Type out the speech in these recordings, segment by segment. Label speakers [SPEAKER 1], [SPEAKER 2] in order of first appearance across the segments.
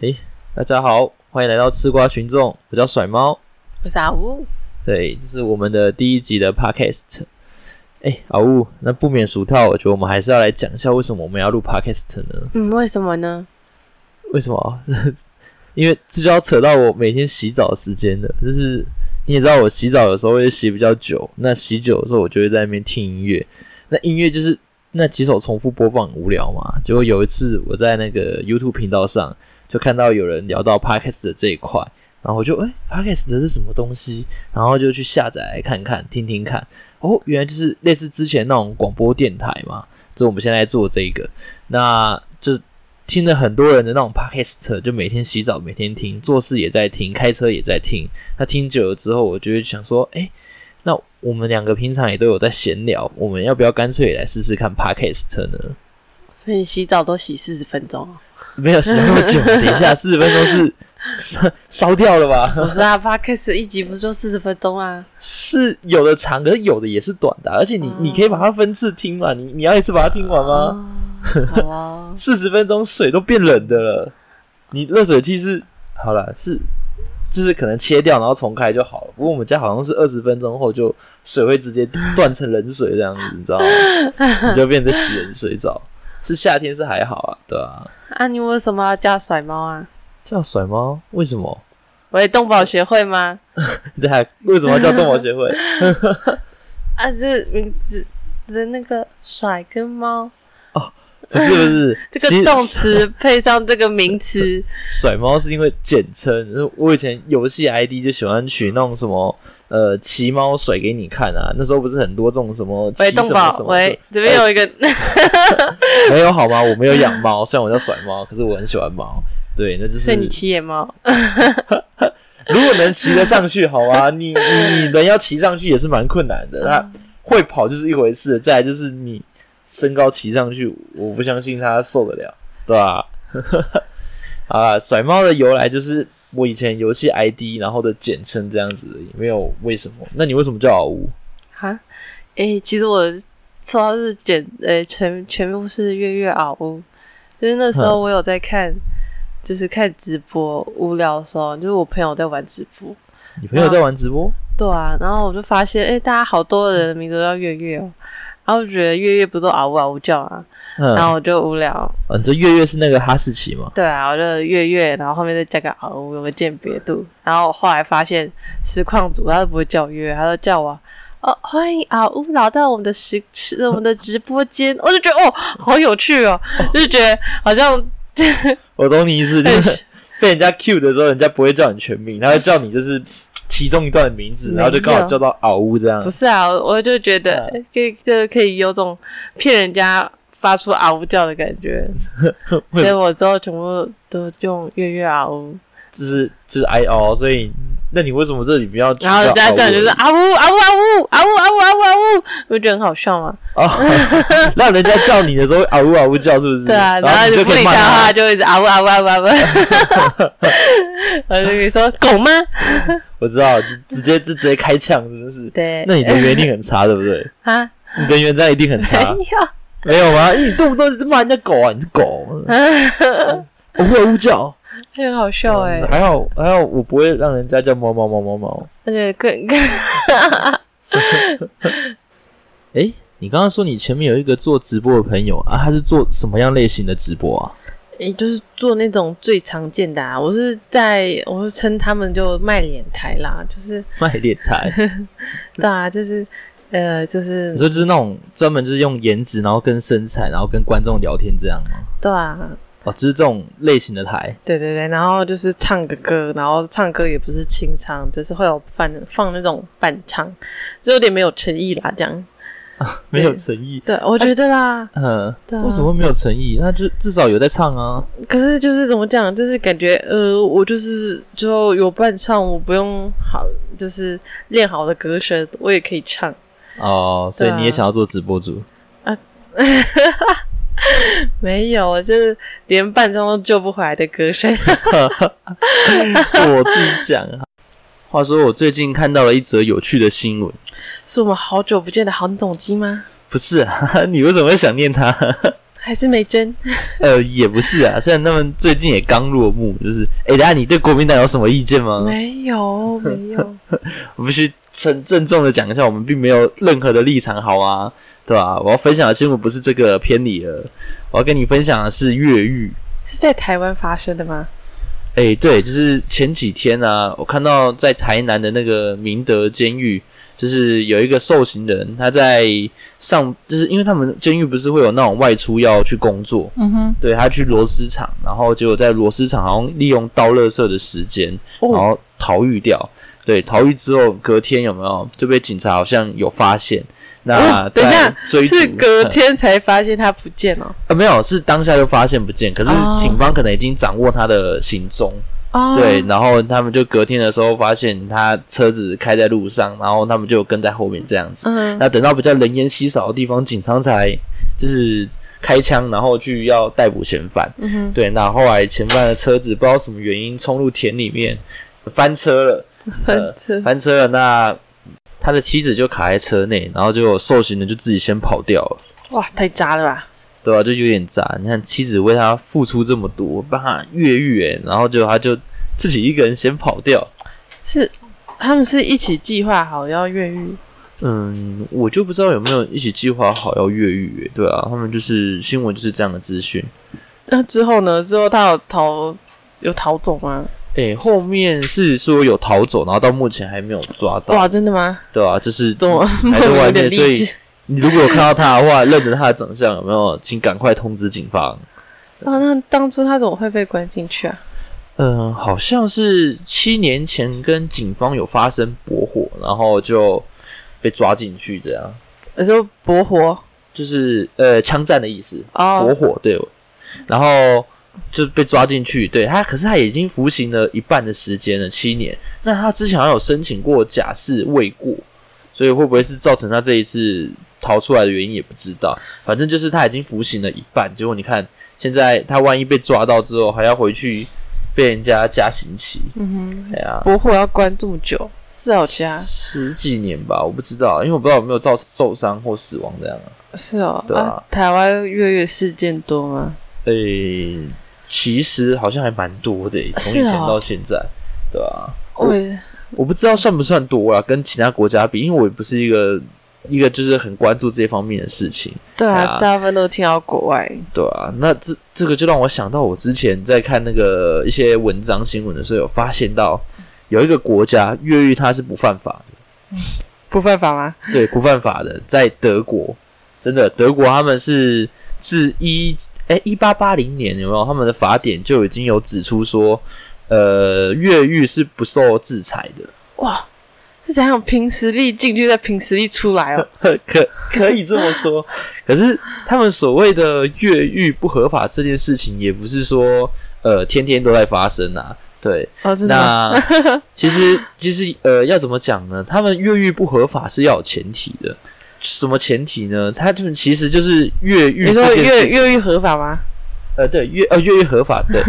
[SPEAKER 1] 诶，大家好，欢迎来到吃瓜群众，我叫甩猫。
[SPEAKER 2] 我是阿呜，
[SPEAKER 1] 对，这是我们的第一集的 podcast。诶，阿雾，那不免俗套，我觉得我们还是要来讲一下为什么我们要录 podcast 呢？
[SPEAKER 2] 嗯，为什么呢？
[SPEAKER 1] 为什么？ 因为这就要扯到我每天洗澡的时间了。就是你也知道，我洗澡有时候会洗比较久，那洗久的时候我就会在那边听音乐。那音乐就是那几首重复播放很无聊嘛。结果有一次我在那个 YouTube 频道上就看到有人聊到 podcast 的这一块，然后我就哎、podcast 的是什么东西？然后就去下载来看看听听看。哦，原来就是类似之前那种广播电台嘛，就我们现在做这个，那就听了很多人的那种 podcast，就每天洗澡每天听，做事也在听，开车也在听。那听久了之后，我就会想说，哎、那我们两个平常也都有在闲聊，我们要不要干脆也来试试看 podcast 呢？
[SPEAKER 2] 所以你洗澡都洗四十分钟哦，
[SPEAKER 1] 没有洗那么久，等一下四十分钟是 烧烧掉了吧？
[SPEAKER 2] 不是啊，Podcast 一集不是就四十分钟啊？
[SPEAKER 1] 是有的长，可是有的也是短的啊、而且你、你可以把它分次听嘛，你你要一次把它听完吗？，
[SPEAKER 2] 哦好啊
[SPEAKER 1] 四十、分钟水都变冷的了，你热水器是好了是就是可能切掉然后重开就好了。不过我们家好像是二十分钟后就水会直接断成冷水这样子，你知道 吗？你就变成洗冷水澡。是夏天是还好啊，对啊。
[SPEAKER 2] 啊，你为什么要叫甩猫啊？
[SPEAKER 1] 叫甩猫？为什么？
[SPEAKER 2] 喂，动保学会吗？
[SPEAKER 1] 对啊，为什么要叫动保协 会？
[SPEAKER 2] 啊，这名字的那个甩跟猫
[SPEAKER 1] 不是不是，
[SPEAKER 2] 这个
[SPEAKER 1] 其
[SPEAKER 2] 动
[SPEAKER 1] 实
[SPEAKER 2] 词配上这个名词，
[SPEAKER 1] 甩猫是因为简称，我以前游戏 ID 就喜欢取那种什么呃骑猫甩给你看啊，那时候不是很多这种什么骑
[SPEAKER 2] 喂，
[SPEAKER 1] 什
[SPEAKER 2] 动
[SPEAKER 1] 么
[SPEAKER 2] 保
[SPEAKER 1] 什，么哎
[SPEAKER 2] 喂，这边有一个，
[SPEAKER 1] 没有好吗？我没有养猫，虽然我叫甩猫，可是我很喜欢猫。对，那就是
[SPEAKER 2] 所以你骑野猫，
[SPEAKER 1] 如果能骑得上去，好啊，你你你人要骑上去也是蛮困难的。它会跑就是一回事，再来就是你身高骑上去，我不相信它受得了，对吧、 啊？啊，甩猫的由来就是我以前游戏 ID 然后的简称这样子而已，没有为什么。那你为什么叫老吴？
[SPEAKER 2] 哈，诶、其实我绰号是简，呃、全全部是月月嗷呜，就是那时候我有在看，就是看直播，无聊的时候，就是我朋友在玩直播，
[SPEAKER 1] 你朋友在玩直播？
[SPEAKER 2] 对啊，然后我就发现，诶、大家好多人的名字都叫月月哦，然后我觉得月月不都嗷呜嗷呜叫啊，
[SPEAKER 1] 嗯，
[SPEAKER 2] 然
[SPEAKER 1] 啊
[SPEAKER 2] 后我就无聊，
[SPEAKER 1] 你这月月是那个哈士奇吗？
[SPEAKER 2] 对啊，我就月月，然后后面再加个哦嗷呜，有个鉴别度，然后我后来发现实况组他都不会叫我月月，他都叫我。哦，欢迎啊！乌老到我们的实是我们的直播间，我就觉得哦，好有趣哦，就是觉得好像
[SPEAKER 1] 我懂你意思，就
[SPEAKER 2] 很
[SPEAKER 1] 是被人家 Q 的时候，人家不会叫你全名，他会叫你就是其中一段的名字，然后就刚好叫到嗷呜这样
[SPEAKER 2] 不。是啊，我就觉得
[SPEAKER 1] 嗯
[SPEAKER 2] 可以，就可以有种骗人家发出啊呜叫的感 觉，所以我之后全部都用月月啊呜，
[SPEAKER 1] 就是就是 I O，所以那你为什么这里不要取
[SPEAKER 2] 然
[SPEAKER 1] 消
[SPEAKER 2] 后
[SPEAKER 1] 嗷呜？
[SPEAKER 2] 人家叫你就是啊呜啊呜啊呜啊呜啊呜啊呜啊呜，我觉得很好笑嘛。
[SPEAKER 1] 哦， 让人家叫你的时候嗷呜嗷呜叫，是不是？
[SPEAKER 2] 对啊，
[SPEAKER 1] 嗯然
[SPEAKER 2] 然后
[SPEAKER 1] 你
[SPEAKER 2] 你
[SPEAKER 1] 就
[SPEAKER 2] 不
[SPEAKER 1] 可以
[SPEAKER 2] 理他
[SPEAKER 1] 骂
[SPEAKER 2] 的话，
[SPEAKER 1] 他。
[SPEAKER 2] 就一直啊呜啊呜啊呜啊 呜，我就跟你说狗吗？
[SPEAKER 1] 我知道，就直接就直接开呛，是不是？
[SPEAKER 2] 对
[SPEAKER 1] 那你的原定很差，对不对？
[SPEAKER 2] 啊，
[SPEAKER 1] 你的原战一定很
[SPEAKER 2] 没
[SPEAKER 1] 差，
[SPEAKER 2] 有，
[SPEAKER 1] 没有吗？因为你动不动就骂人家狗啊，你是狗，啊 我会呜叫。
[SPEAKER 2] 很好笑哎，
[SPEAKER 1] 嗯还好还好，我不会让人家叫猫猫猫猫猫。
[SPEAKER 2] 而且更更
[SPEAKER 1] 诶，你刚刚说你前面有一个做直播的朋友啊，他是做什么样类型的直播啊？
[SPEAKER 2] 也欸就是做那种最常见的啊，我是在我是称他们就卖脸台啦，就是
[SPEAKER 1] 卖脸台，
[SPEAKER 2] 对啊，就是呃，就是
[SPEAKER 1] 你说就是那种专门就是用颜值，然后跟身材，然后跟观众聊天这样吗？
[SPEAKER 2] 对啊，
[SPEAKER 1] 哦，就是这种类型的台。
[SPEAKER 2] 对对对，然后就是唱个歌，然后唱歌也不是清唱，就是会有放放那种伴唱，就有点没有诚意啦，这样。
[SPEAKER 1] 没有诚意。
[SPEAKER 2] 对，我觉得啦，
[SPEAKER 1] 嗯，
[SPEAKER 2] 对啊
[SPEAKER 1] 为什么没有诚意？那就至少有在唱啊。
[SPEAKER 2] 可是就是怎么讲，就是感觉呃，我就是就有伴唱，我不用好，就是练好的歌声，我也可以唱。
[SPEAKER 1] 哦，
[SPEAKER 2] 啊
[SPEAKER 1] 所以你也想要做直播 主？
[SPEAKER 2] 没有，我就是连伴唱都救不回来的 歌声。
[SPEAKER 1] 我自己讲啊。话说我最近看到了一则有趣的新闻，
[SPEAKER 2] 是我们好久不见的韩总机吗？
[SPEAKER 1] 不是啊？你为什么会想念他？
[SPEAKER 2] 哎、还是美珍？
[SPEAKER 1] 呃，也不是啊，虽然他们最近也刚落幕，就是哎，等一下你对国民党有什么意见吗？
[SPEAKER 2] 没有，没有，
[SPEAKER 1] 我必须很郑重的讲一下，我们并没有任何的立场，好吗？对吧、我要分享的新闻不是这个偏离了，我要跟你分享的是越狱。
[SPEAKER 2] 是在台湾发生的吗？
[SPEAKER 1] 哎、对，就是前几天啊，我看到在台南的那个明德监狱，就是有一个受刑人，他在上，就是因为他们监狱不是会有那种外出要去工作，
[SPEAKER 2] 嗯哼，
[SPEAKER 1] 对他去螺丝厂，然后结果在螺丝厂好像利用倒垃圾的时间，然
[SPEAKER 2] 哦，
[SPEAKER 1] 后逃狱掉。对，逃狱之后隔天有没有就被警察好像有发现？那、
[SPEAKER 2] 哦等一下，
[SPEAKER 1] 啊追逐
[SPEAKER 2] 是隔
[SPEAKER 1] 嗯
[SPEAKER 2] 天才发现他不见哦了。
[SPEAKER 1] 啊， 没有，是当下就发现不见，可是
[SPEAKER 2] 哦
[SPEAKER 1] 警方可能已经掌握他的行踪。
[SPEAKER 2] 哦，
[SPEAKER 1] 对，然后他们就隔天的时候发现他车子开在路上，然后他们就跟在后面这样子。
[SPEAKER 2] 嗯，
[SPEAKER 1] 那呃等到比较人烟稀少的地方，警察才就是开枪，然后去要逮捕嫌犯。
[SPEAKER 2] 嗯哼，
[SPEAKER 1] 对，那后来嫌犯的车子不知道什么原因冲入田里面，翻车了，
[SPEAKER 2] 很扯，
[SPEAKER 1] 翻车了。那他的妻子就卡在车内，然后就受刑人就自己先跑掉了。
[SPEAKER 2] 哇，太渣了吧？
[SPEAKER 1] 对啊，就有点渣。你看妻子为他付出这么多，帮他越狱，诶，然后就他就自己一个人先跑掉。
[SPEAKER 2] 是他们是一起计划好要越狱，
[SPEAKER 1] 嗯，我就不知道有没有一起计划好要越狱、欸，对啊，他们就是新闻就是这样的资讯。
[SPEAKER 2] 那之后呢？之后他有逃有逃走吗？
[SPEAKER 1] 诶、哎后面是说有逃走，然后到目前还没有抓到，
[SPEAKER 2] 哇，真的吗？
[SPEAKER 1] 对啊，就是
[SPEAKER 2] 怎么
[SPEAKER 1] 还在外
[SPEAKER 2] 有点
[SPEAKER 1] 面，所
[SPEAKER 2] 励
[SPEAKER 1] 以
[SPEAKER 2] 志？
[SPEAKER 1] 你如果有看到他的话，认得他的长相有没有，请赶快通知警方。
[SPEAKER 2] 啊，那当初他怎么会被关进去啊？
[SPEAKER 1] 嗯，好像是七年前跟警方有发生搏火，然后就被抓进去，这样
[SPEAKER 2] 我说博活
[SPEAKER 1] 就是呃枪战的意思。
[SPEAKER 2] 哦
[SPEAKER 1] 活，火对，然后就被抓进去。对他，可是他已经服刑了一半的时间了，七年。那他之前好像有申请过假释未过，所以会不会是造成他这一次逃出来的原因也不知道。反正就是他已经服刑了一半，结果你看现在他万一被抓到之后，还要回去被人家加刑期。
[SPEAKER 2] 嗯哼，
[SPEAKER 1] 哎呀、
[SPEAKER 2] 博活要关这么久，是好家
[SPEAKER 1] 十几年吧，我不知道，因为我不知道有没有造受伤或死亡这样啊。
[SPEAKER 2] 是哦，
[SPEAKER 1] 对啊
[SPEAKER 2] 台湾越狱事件多吗？
[SPEAKER 1] 诶、其实好像还蛮多的、从以前
[SPEAKER 2] 是哦
[SPEAKER 1] 到现在，对啊？
[SPEAKER 2] 我
[SPEAKER 1] 我不知道算不算多啊，跟其他国家比，因为我也不是一个一个就是很关注这方面的事情，
[SPEAKER 2] 对
[SPEAKER 1] 啊
[SPEAKER 2] 啊，大部分都听到国外，
[SPEAKER 1] 对啊？那这这个就让我想到我之前在看那个一些文章新闻的时候，有发现到有一个国家越狱它是不犯法的，
[SPEAKER 2] 不犯法吗？
[SPEAKER 1] 对，不犯法的，在德国，真的德国他们是自一哎一八八零年有没有他们的法典就已经有指出说，呃，越狱是不受制裁的，
[SPEAKER 2] 哇，是怎样凭实力进去，再凭实力出来哦？
[SPEAKER 1] 可可以这么说。可是他们所谓的越狱不合法这件事情，也不是说呃天天都在发生啊，对，
[SPEAKER 2] 哦，真的吗，
[SPEAKER 1] 那其实其实呃，要怎么讲呢？他们越狱不合法是要有前提的，什么前提呢？他就其实就是越狱
[SPEAKER 2] 你说
[SPEAKER 1] 这件事
[SPEAKER 2] 越
[SPEAKER 1] 情
[SPEAKER 2] 越狱合法吗？
[SPEAKER 1] 呃对越呃越狱合法， 对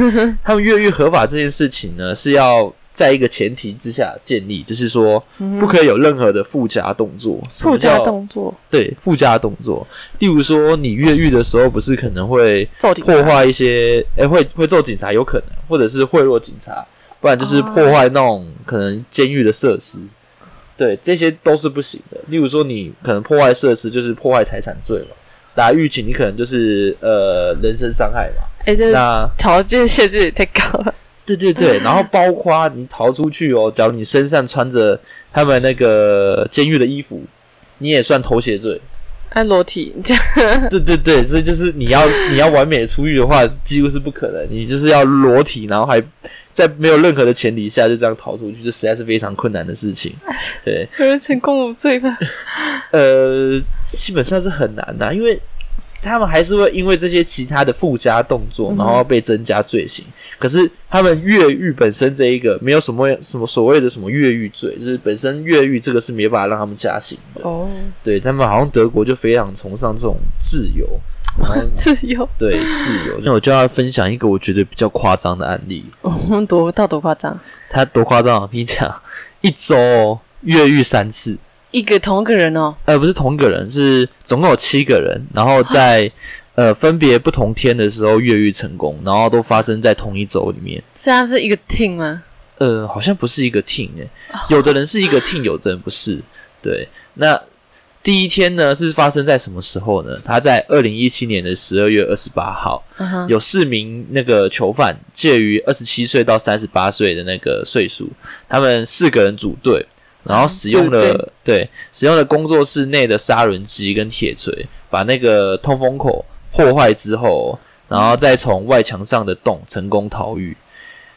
[SPEAKER 1] 他们越狱合法这件事情呢，是要在一个前提之下建立，就是说
[SPEAKER 2] 嗯
[SPEAKER 1] 不可以有任何的附加动作。什么
[SPEAKER 2] 附加
[SPEAKER 1] 叫
[SPEAKER 2] 动作，
[SPEAKER 1] 对附加动作，例如说你越狱的时候，不是可能会
[SPEAKER 2] 揍警察
[SPEAKER 1] 破坏一些，哎、会会揍警察有可能，或者是贿赂警察，不然就是
[SPEAKER 2] 哦
[SPEAKER 1] 破坏那种可能监狱的设施，对，这些都是不行的。例如说你可能破坏设施就是破坏财产罪嘛，打狱警你可能就是呃人身伤害嘛，
[SPEAKER 2] 哎，这
[SPEAKER 1] 那
[SPEAKER 2] 条件限制也太高了。
[SPEAKER 1] 对对对，然后包括你逃出去哦，假如你身上穿着他们那个监狱的衣服，你也算偷窃罪。
[SPEAKER 2] 按裸体这样，
[SPEAKER 1] 对对对，所以就是你要你要完美地出狱的话，几乎是不可能。你就是要裸体，然后还在没有任何的前提下就这样逃出去，这实在是非常困难的事情。对，
[SPEAKER 2] 有人成功无罪吗？
[SPEAKER 1] 呃，基本上是很难的、因为他们还是会因为这些其他的附加动作
[SPEAKER 2] 嗯，哼
[SPEAKER 1] 然后被增加罪行。可是他们越狱本身这一个没有什么什么所谓的什么越狱罪，就是本身越狱这个是没办法让他们加刑的。
[SPEAKER 2] 哦，
[SPEAKER 1] 对他们好像德国就非常崇尚这种自由。然后
[SPEAKER 2] 自由，
[SPEAKER 1] 对，自由。哦那我就要分享一个我觉得比较夸张的案例。
[SPEAKER 2] 我们多到多夸张，
[SPEAKER 1] 他多夸张啊！我跟你讲，一周哦越狱三次，
[SPEAKER 2] 一个同一个人哦，
[SPEAKER 1] 呃，不是同一个人，是总共有七个人，然后在。呃分别不同天的时候越狱成功，然后都发生在同一周里面。
[SPEAKER 2] 虽然是一个 team 啊吗？
[SPEAKER 1] 呃，好像不是一个 team 诶、 有的人是一个 team，有的人不是。对，那第一天呢是发生在什么时候呢？他在二零一七年的十二月二十八号，
[SPEAKER 2] 嗯哼
[SPEAKER 1] 有四名那个囚犯，介于二十七岁到三十八岁的那个岁数，他们四个人组队，然后使用
[SPEAKER 2] 嗯组
[SPEAKER 1] 了
[SPEAKER 2] 队
[SPEAKER 1] 对使用了工作室内的砂轮机跟铁锤，把那个通风口破坏之后，然后再从外墙上的洞成功逃狱。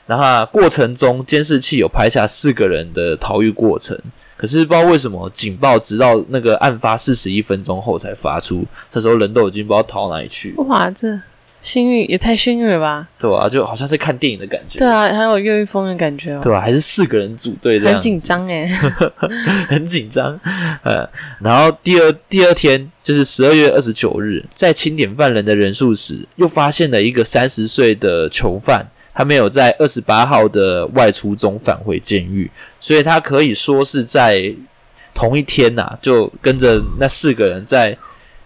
[SPEAKER 1] 然后、啊、过程中，监视器有拍下四个人的逃狱过程，可是不知道为什么警报直到那个案发四十一分钟后才发出，这时候人都已经不知道逃哪里去了。
[SPEAKER 2] 哇，这幸运也太幸运了吧？
[SPEAKER 1] 对啊，就好像在看电影的感觉。
[SPEAKER 2] 对，啊，很有越狱风的感觉哦，
[SPEAKER 1] 对啊，还是四个人组队这样，
[SPEAKER 2] 很紧，张哎。
[SPEAKER 1] 很紧张。呃，然后第二第二天就是十二月二十九日，在清点犯人的人数时，又发现了一个三十岁的囚犯，他没有在二十八号的外出中返回监狱，所以他可以说是在同一天呐、就跟着那四个人在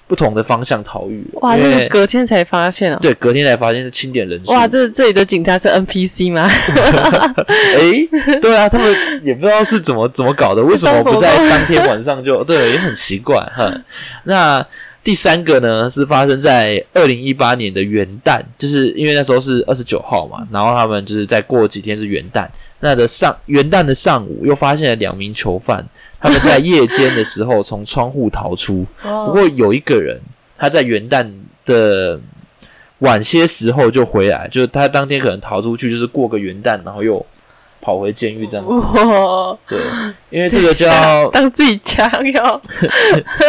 [SPEAKER 1] 不同的方向逃狱。
[SPEAKER 2] 哇，
[SPEAKER 1] 因
[SPEAKER 2] 那
[SPEAKER 1] 为
[SPEAKER 2] 个隔天才发现哦。
[SPEAKER 1] 对，隔天才发现是清点人数。
[SPEAKER 2] 哇，这这里的警察是 NPC 吗？
[SPEAKER 1] 诶，对啊，他们也不知道是怎么怎么搞的，为什么不在当天晚上就？ 对，也很奇怪哈。那第三个呢，是发生在二零一八年的元旦，就是因为那时候是二十九号嘛，然后他们就是再过几天是元旦，那的上元旦的上午又发现了两名囚犯，他们在夜间的时候从窗户逃出，不
[SPEAKER 2] 哦，
[SPEAKER 1] 过有一个人，他在元旦的晚些时候就回来，就是他当天可能逃出去，就是过个元旦，然后又跑回监狱这样。
[SPEAKER 2] 哦哇，
[SPEAKER 1] 对，因为这个就 要
[SPEAKER 2] 当自己家哟。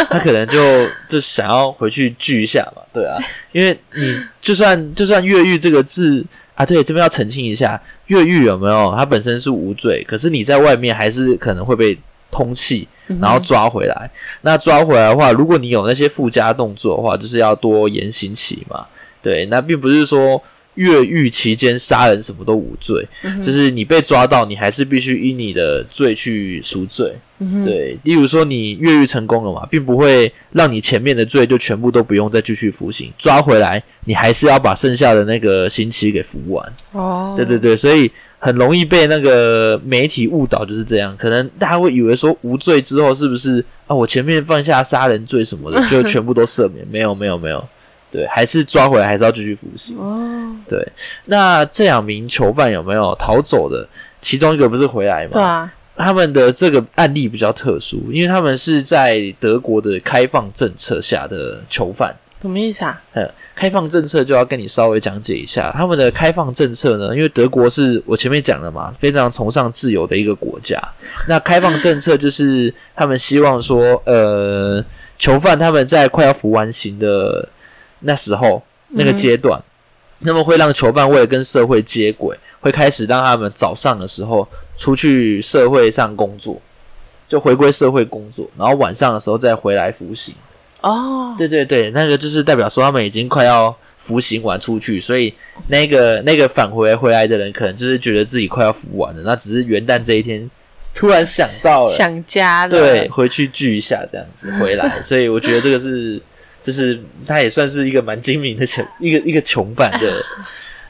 [SPEAKER 1] 他可能就就想要回去聚一下嘛，对啊，因为你就算就算越狱这个字啊，对，这边要澄清一下，越狱有没有？它本身是无罪，可是你在外面还是可能会被通气，然
[SPEAKER 2] 嗯
[SPEAKER 1] 后抓回来。那抓回来的话，如果你有那些附加动作的话，就是要多严刑期嘛。对，那并不是说越狱期间杀人什么都无罪，
[SPEAKER 2] 嗯哼
[SPEAKER 1] 就是你被抓到，你还是必须依你的罪去赎罪。，
[SPEAKER 2] 嗯
[SPEAKER 1] 对，例如说你越狱成功了嘛，并不会让你前面的罪就全部都不用再继续服刑，抓回来你还是要把剩下的那个刑期给服完。
[SPEAKER 2] 嗯哼哦，
[SPEAKER 1] 对对对，所以很容易被那个媒体误导，就是这样。可能大家会以为说无罪之后是不是啊？我前面犯下杀人罪什么 的，就全部都赦免？没有没有没有，对，还是抓回来，还是要继续服刑。
[SPEAKER 2] 哦，
[SPEAKER 1] 对，那这两名囚犯有没有逃走的？其中一个不是回来吗？
[SPEAKER 2] 对啊，
[SPEAKER 1] 他们的这个案例比较特殊，因为他们是在德国的开放政策下的囚犯。
[SPEAKER 2] 什么意思啊？
[SPEAKER 1] 呃，开放政策就要跟你稍微讲解一下他们的开放政策呢，因为德国是我前面讲了嘛，非常崇尚自由的一个国家。那开放政策就是他们希望说，呃，囚犯他们在快要服完刑的那时候那个阶段，那么会让囚犯为了跟社会接轨，会开始让他们早上的时候出去社会上工作，就回归社会工作，然后晚上的时候再回来服刑。
[SPEAKER 2] 哦，
[SPEAKER 1] 对对对，那个就是代表说他们已经快要服刑完出去，所以那个那个返回回来的人，可能就是觉得自己快要服完了，那只是元旦这一天突然想到了，
[SPEAKER 2] 想家了。
[SPEAKER 1] 对，，回去聚一下这样子回 来，所以我觉得这个是就是他也算是一个蛮精明的穷一个一个穷犯的。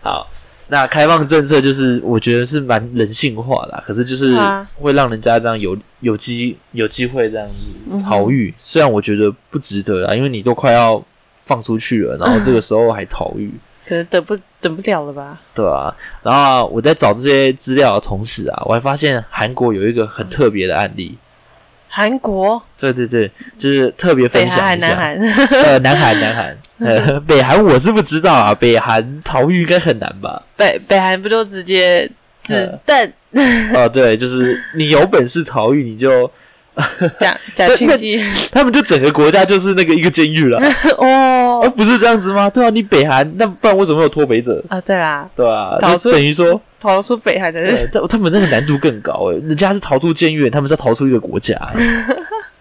[SPEAKER 1] 好，那开放政策就是我觉得是蛮人性化啦，可是就是
[SPEAKER 2] 啊
[SPEAKER 1] 会让人家这样有有机有机会这样子
[SPEAKER 2] 嗯哼
[SPEAKER 1] 逃狱，虽然我觉得不值得啦，因为你都快要放出去了， 然后这个时候还逃狱。
[SPEAKER 2] 可能等不等不了了吧？
[SPEAKER 1] 对啊，然后啊我在找这些资料的同时啊，我还发现韩国有一个很特别的案例，
[SPEAKER 2] 韩国、
[SPEAKER 1] 对对对，就是特别
[SPEAKER 2] 北
[SPEAKER 1] 分享
[SPEAKER 2] 韩、
[SPEAKER 1] 一
[SPEAKER 2] 南
[SPEAKER 1] 下。
[SPEAKER 2] 韩，
[SPEAKER 1] 呃，南韩，南 韩，呃，北韩我是不知道啊，北韩逃狱应该很难 吧？
[SPEAKER 2] 北北韩不就直接
[SPEAKER 1] 呃
[SPEAKER 2] 子弹
[SPEAKER 1] 哦、对，就是你有本事逃狱，你就
[SPEAKER 2] 假假
[SPEAKER 1] 那
[SPEAKER 2] 庆
[SPEAKER 1] 那
[SPEAKER 2] 记
[SPEAKER 1] 他们就整个国家就是那个一个监狱 了，
[SPEAKER 2] 哦
[SPEAKER 1] 哦，不是这样子吗？对啊，你北韩，那不然为什么有脱北者？
[SPEAKER 2] 啊，对啦，
[SPEAKER 1] 对啊，
[SPEAKER 2] 逃
[SPEAKER 1] 就
[SPEAKER 2] 出
[SPEAKER 1] 等于说，
[SPEAKER 2] 逃出北韩的人
[SPEAKER 1] 呃他他们那个难度更高诶、人家是逃出监狱，他们是要逃出一个国家、欸，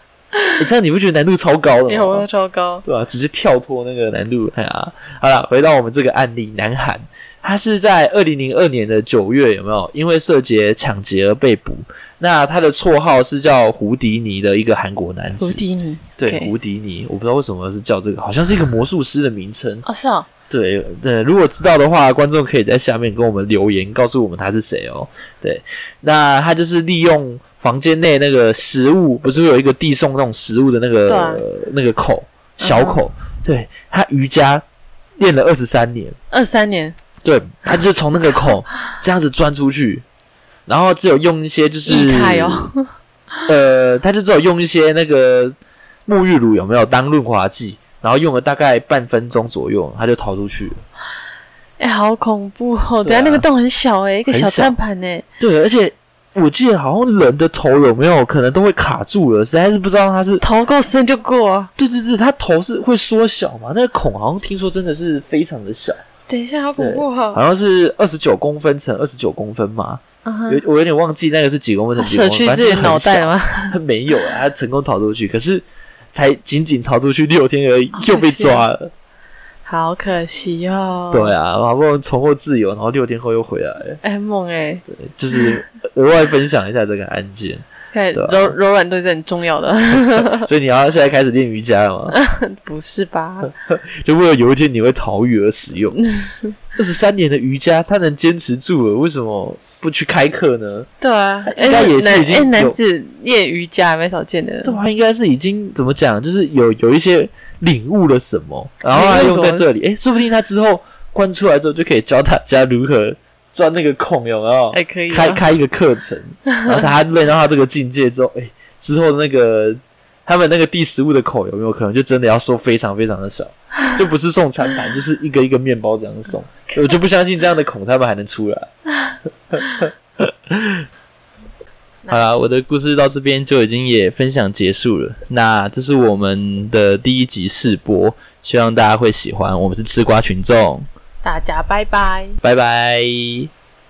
[SPEAKER 1] 这样你不觉得难度超高的吗
[SPEAKER 2] 有？超高
[SPEAKER 1] 对啊，直接跳脱那个难度。哎呀，好了，回到我们这个案例，南韩，他是在二零零二年的九月有没有因为涉嫌抢劫而被捕？那他的绰号是叫胡迪尼的一个韩国男
[SPEAKER 2] 胡
[SPEAKER 1] 子，
[SPEAKER 2] 迪尼，
[SPEAKER 1] 对，
[SPEAKER 2] OK
[SPEAKER 1] 胡迪尼，我不知道为什么是叫这个，好像是一个魔术师的名称。
[SPEAKER 2] 哦，是哦，
[SPEAKER 1] 对对，如果知道的话，观众可以在下面跟我们留言，告诉我们他是谁哦。对，那他就是利用房间内那个食物，不是会有一个递送那种食物的那个、
[SPEAKER 2] 对啊嗯
[SPEAKER 1] 那个口小口，对他瑜伽练了二十三年，
[SPEAKER 2] 二三年
[SPEAKER 1] 对他就从那个 口这样子钻出去，然后只有用一些就是
[SPEAKER 2] 异态哦，
[SPEAKER 1] 呃，他就只有用一些那个沐浴乳有没有当润滑剂，然后用了大概半分钟左右，他就逃出去了。
[SPEAKER 2] 哎、好恐怖哦！等
[SPEAKER 1] 对
[SPEAKER 2] 下
[SPEAKER 1] 啊
[SPEAKER 2] 那个洞很小哎、一个
[SPEAKER 1] 很
[SPEAKER 2] 小
[SPEAKER 1] 小
[SPEAKER 2] 转盘哎，
[SPEAKER 1] 对，而且我记得好像人的头有没有可能都会卡住了，实在是不知道它是
[SPEAKER 2] 头够深就过啊。
[SPEAKER 1] 对对对，它头是会缩小嘛？那个孔好像听说真的是非常的小，
[SPEAKER 2] 等一下，好恐怖
[SPEAKER 1] 好
[SPEAKER 2] 哦！
[SPEAKER 1] 像是二十九公分乘二十九公分嘛，
[SPEAKER 2] 嗯
[SPEAKER 1] 有
[SPEAKER 2] 哼
[SPEAKER 1] 我有点忘记那个是几公分乘几
[SPEAKER 2] 舍
[SPEAKER 1] 公分，
[SPEAKER 2] 去
[SPEAKER 1] 反
[SPEAKER 2] 自
[SPEAKER 1] 正
[SPEAKER 2] 己
[SPEAKER 1] 就是
[SPEAKER 2] 的
[SPEAKER 1] 很
[SPEAKER 2] 脑袋
[SPEAKER 1] 小
[SPEAKER 2] 吗？
[SPEAKER 1] 他 没有啊，他成功逃出去，可是才仅仅逃出去六天而已，
[SPEAKER 2] 哦
[SPEAKER 1] 又被抓
[SPEAKER 2] 啊
[SPEAKER 1] 了。
[SPEAKER 2] 好可惜哦。
[SPEAKER 1] 对啊，好不容易重获自由，然后六天后又回来了，
[SPEAKER 2] 哎，梦哎，
[SPEAKER 1] 就是额外分享一下这个案 件。
[SPEAKER 2] 看
[SPEAKER 1] 对啊
[SPEAKER 2] 柔柔软度是很重 要的，
[SPEAKER 1] 所以你要现在开始练瑜伽了吗？
[SPEAKER 2] 不是吧？
[SPEAKER 1] 就为了有一天你会逃狱而使用。二十三年的瑜伽，他能坚持住了，为什么不去开课呢？
[SPEAKER 2] 对啊，哎
[SPEAKER 1] 应该也是
[SPEAKER 2] 男
[SPEAKER 1] 已经
[SPEAKER 2] 哎
[SPEAKER 1] 有
[SPEAKER 2] 男子练瑜伽蛮少见的，
[SPEAKER 1] 对啊，应该是已经怎么讲，就是有有一些领悟了什么，然后他
[SPEAKER 2] 领
[SPEAKER 1] 用
[SPEAKER 2] 悟
[SPEAKER 1] 在
[SPEAKER 2] 什么
[SPEAKER 1] 这里，诶，说不定他之后关出来之后就可以教大家如何钻那个孔，有没有？
[SPEAKER 2] 哎可以啊
[SPEAKER 1] 开开一个课程，然后他练到他这个境界之后，诶，之后那个他们那个第食物的口有没有可能就真的要说非常非常的 小，就不是送餐盘，就是一个一个面包这样送，我就不相信这样的孔他们还能出 来。好啦，我的故事到这边就已经也分享结束了。那这是我们的第一集试播，希望大家会喜欢。我们是吃瓜群众，
[SPEAKER 2] 大家拜拜。
[SPEAKER 1] 拜拜。